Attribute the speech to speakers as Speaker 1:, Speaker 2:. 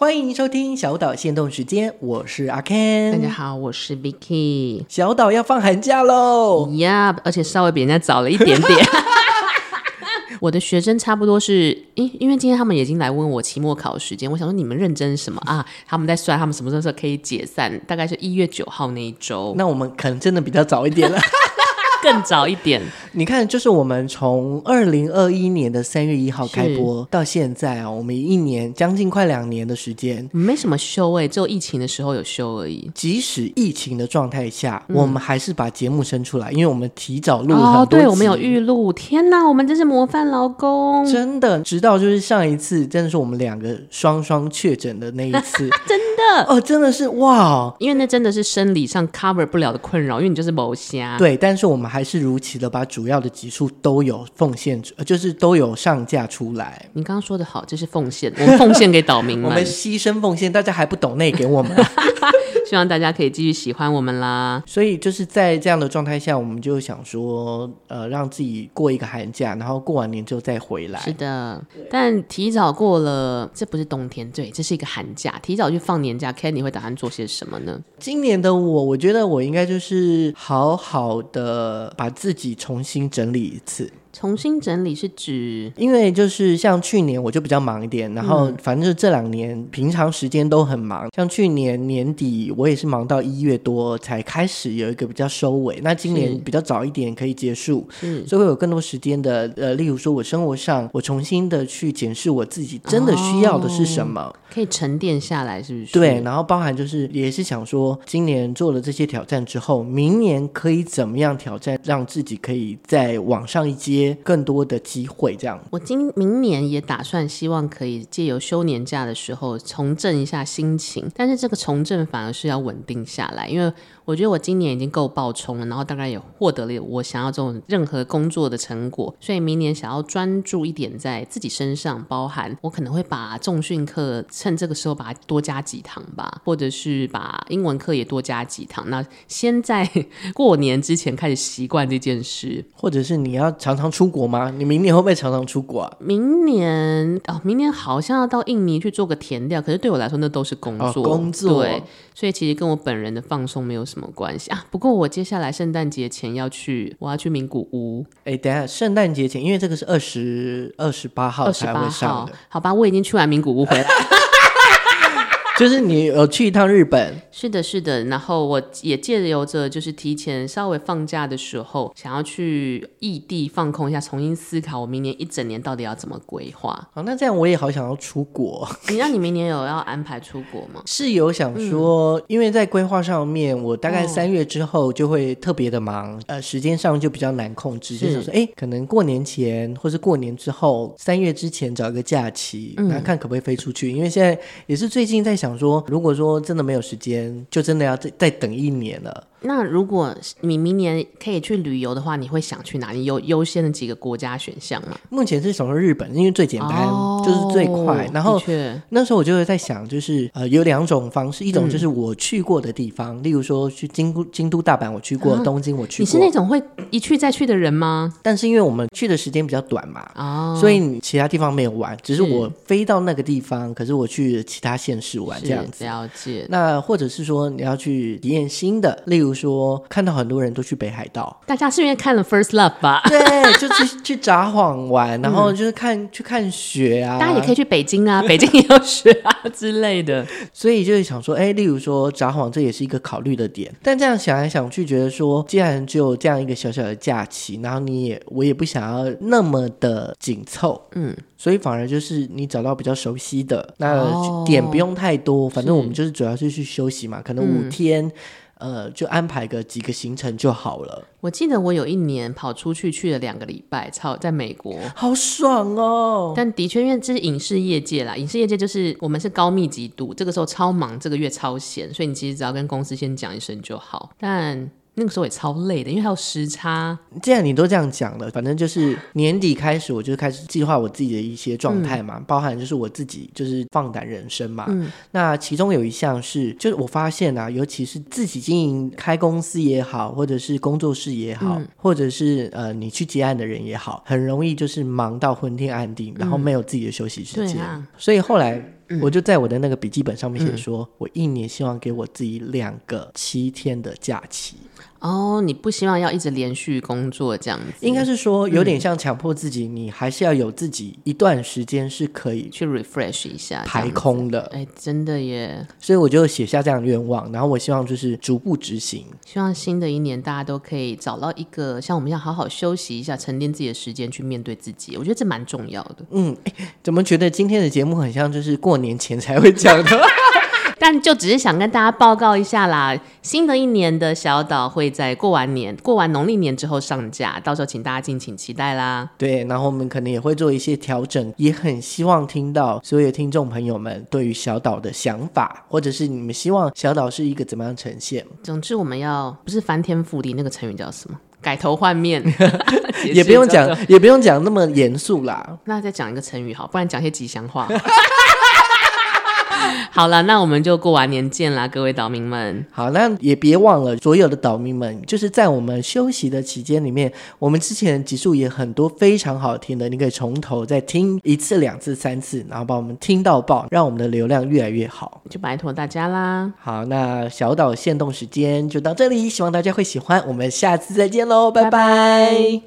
Speaker 1: 欢迎收听小岛限动时间，我是阿 Ken。
Speaker 2: 大家，好，我是 Vicky。
Speaker 1: 小岛要放寒假喽！
Speaker 2: 呀、而且稍微比人家早了一点点。 我的学生差不多是，因因为今天他们已经来问我期末考时间，我想说你们认真什么啊？他们在算他们什么时候可以解散，大概是一月九号那一周，
Speaker 1: 那我们可能真的比较早一点了。
Speaker 2: 更早一点。
Speaker 1: 你看，就是我们从二零二一年的三月一号开播到现在啊，我们一年将近快两年的时间。
Speaker 2: 没什么修哎、只有疫情的时候有修而已。
Speaker 1: 即使疫情的状态下，我们还是把节目生出来，因为我们提早录了很多
Speaker 2: 嗯哦，对，我们有
Speaker 1: 集
Speaker 2: 预录。天哪，我们真是模范劳工，
Speaker 1: 真的，直到就是上一次，真的是我们两个双双确诊的那一次，
Speaker 2: 真的。
Speaker 1: 哦，真的是哇！
Speaker 2: 因为那真的是生理上 cover 不了的困扰，因为你就是某虾。
Speaker 1: 对，但是我们还是如期的把主要的集数都有奉献出，呃就是都有上架出来。
Speaker 2: 你刚刚说的好，这是奉献，我们奉献给岛民
Speaker 1: 我
Speaker 2: 们
Speaker 1: 们，牺牲奉献，大家还不懂那给我们，
Speaker 2: 希望大家可以继续喜欢我们啦。
Speaker 1: 所以就是在这样的状态下，我们就想说，呃，让自己过一个寒假，然后过完年之后再回
Speaker 2: 是
Speaker 1: 来。
Speaker 2: 的，但提早过了，这不是冬天，对，这是一个寒假。提早去放年假 k e n n y 会打算做些什么呢？
Speaker 1: 今年的我，我觉得我应该就是好好的把自己重新整理一次。
Speaker 2: 重新整理是指
Speaker 1: 因为就是像去年我就比较忙一点，然后
Speaker 2: 嗯
Speaker 1: 反正就这两年平常时间都很忙，像去年年底我也是忙到一月多才开始有一个比较收尾，那今年
Speaker 2: 是
Speaker 1: 比较早一点可以结束，
Speaker 2: 是
Speaker 1: 所以会有更多时间的呃，例如说我生活上我重新的去检视我自己真的需要的是什么，
Speaker 2: 可以沉淀下来，是不哦是？
Speaker 1: 对，，然后包含就是也是想说今年做了这些挑战之后，明年可以怎么样挑战，让自己可以再往上一阶，更多的机会这样。
Speaker 2: 我今明年也打算希望可以借由休年假的时候重振一下心情，但是这个重振反而是要稳定下来，因为我觉得我今年已经够爆冲了，然后大概也获得了我想要这种任何工作的成果，所以明年想要专注一点在自己身上，包含我可能会把重训课趁这个时候把它多加几堂吧，或者是把英文课也多加几堂。那先在 过年之前开始习惯这件事，
Speaker 1: 或者是你要常常出国吗？你明年会不会常常出国啊？
Speaker 2: 明年哦，明年好像要到印尼去做个填调，可是对我来说那都是工作，
Speaker 1: 哦工作
Speaker 2: 对，所以其实跟我本人的放松没有什么关系啊。不过我接下来圣诞节前要去，我要去名古屋
Speaker 1: 哎，等一下，圣诞节前，因为这个是二十二十八号
Speaker 2: 二十
Speaker 1: 才
Speaker 2: 八
Speaker 1: 会上
Speaker 2: 号
Speaker 1: 的，，
Speaker 2: 好吧，我已经去完名古屋回来 了。
Speaker 1: 就是你有去一趟日本，
Speaker 2: 是的，是的。然后我也借由着就是提前稍微放假的时候，想要去异地放空一下，重新思考我明年一整年到底要怎么规划。
Speaker 1: 哦好，那这样我也好想要出国。
Speaker 2: 你让你明年有要安排出国吗？
Speaker 1: 是有想说，因为在规划上面，我大概
Speaker 2: 嗯哦
Speaker 1: 三月之后就会特别的忙，呃，时间上就比较难控制。
Speaker 2: 是
Speaker 1: 就想说，哎，可能过年前或是过年之后，三月之前找一个假期，
Speaker 2: 嗯
Speaker 1: 然后看可不可以飞出去。因为现在也是最近在想说，如果说真的没有时间，就真的要再再等一年了。
Speaker 2: 那如果你明年可以去旅游的话，你会想去哪里？有优先的几个国家选项吗？
Speaker 1: 目前是想说日本，因为最简单，
Speaker 2: 哦
Speaker 1: 就是最快。然后
Speaker 2: 的确
Speaker 1: 那时候我就会在想，就是呃，有两种方式，一种
Speaker 2: 嗯
Speaker 1: 就是我去过的地方，例如说去京都、京都、大阪，我去过；
Speaker 2: 啊
Speaker 1: 东京我去
Speaker 2: 你是
Speaker 1: 过。
Speaker 2: 那种会一去再去的人吗？
Speaker 1: 但是因为我们去的时间比较短嘛，
Speaker 2: 哦，
Speaker 1: 所以你其他地方没有玩，只是
Speaker 2: 是
Speaker 1: 我飞到那个地方，可是我去其他县市玩这样
Speaker 2: 是
Speaker 1: 子。
Speaker 2: 了解。
Speaker 1: 那或者是说你要去体验新的，例如说看到很多人都去北海道，
Speaker 2: 大家是因为看了《First Love》吧？
Speaker 1: 对，就去去札幌玩，然后就是看、去看雪啊，
Speaker 2: 嗯大家也可以去北 京啊，北京也有雪啊之类的。
Speaker 1: 所以就是想说，哎，例如说札幌，这也是一个考虑的点。但这样想来想去，觉得说，既然只有这样一个小小的假期，然后你也我也不想要那么的紧凑，
Speaker 2: 嗯，
Speaker 1: 所以反而就是你找到比较熟悉的，那
Speaker 2: 哦嗯
Speaker 1: 点不用太多，反正
Speaker 2: 是
Speaker 1: 我们就是主要是去休息嘛，可能五天。呃，就安排个几个行程就好了，
Speaker 2: 我记得我有一年跑出去去了两个礼拜，超在美国。
Speaker 1: 好爽哦！
Speaker 2: 但的确，因为这是影视业界啦，影视业界就是我们是高密集度，这个时候超忙，这个月超闲，所以你其实只要跟公司先讲一声就好。但那个时候也超累的，因为还有时差。
Speaker 1: 既然你都这样讲了，反正就是年底开始，我就开始计划我自己的一些状态
Speaker 2: 嗯
Speaker 1: 嘛，包含就是我自己就是放胆人生嘛。那其中有一项是，就是我发现啊，尤其是自己经营开公司也好，或者是工作室也好，
Speaker 2: 嗯
Speaker 1: 或者是呃你去接案的人也好，很容易就是忙到昏天暗地，然后没有自己的休息时
Speaker 2: 嗯对
Speaker 1: 间。
Speaker 2: 啊嗯
Speaker 1: 所以后来我就在我的那个笔记本上面写说，我一年希望给我自己两个七天的假期。
Speaker 2: 哦，你不希望要一直连续工作这样子，
Speaker 1: 应该是说有点像强迫自己，你还是要有自己一段时间是可以
Speaker 2: 去 refresh 一下，
Speaker 1: 排。空的。
Speaker 2: 哎，真的耶！
Speaker 1: 所以我就写下这样的愿望，然后我希望就是逐步执行。
Speaker 2: 希望新的一年大家都可以找到一个像我们一样好好休息一下、沉淀自己的时间去面对自己。我觉得这蛮重要的。
Speaker 1: 怎么觉得今天的节目很像就是过年前才会讲的？
Speaker 2: 但就只是想跟大家报告一下啦，新的一年的小岛会在过完年、过完农历年之后上架，到时候请大家敬请期待啦。
Speaker 1: 对，然后我们可能也会做一些调整，也很希望听到所有的听众朋友们对于小岛的想法，或者是你们希望小岛是一个怎么样的呈现，
Speaker 2: 总之，我们要不是翻天覆地那个成语叫什么？改头换 面，解释
Speaker 1: 也不用
Speaker 2: 一下
Speaker 1: 讲，也不用讲那么严肃啦。
Speaker 2: 那再讲一个成语好，不然讲些吉祥话。 好了，那我们就过完年见啦，各位岛民们。
Speaker 1: 好，那也别忘了，所有的岛民们，就是在我们休息的期间里面，我们之前的集数也很多非常好听的，你可以从头再听一次、两次、三次，然后把我们听到爆，让我们的流量越来越好。
Speaker 2: 就拜托大家啦，
Speaker 1: 好，那小岛限动时间就到这里，希望大家会喜欢，我们下次再见喽，拜拜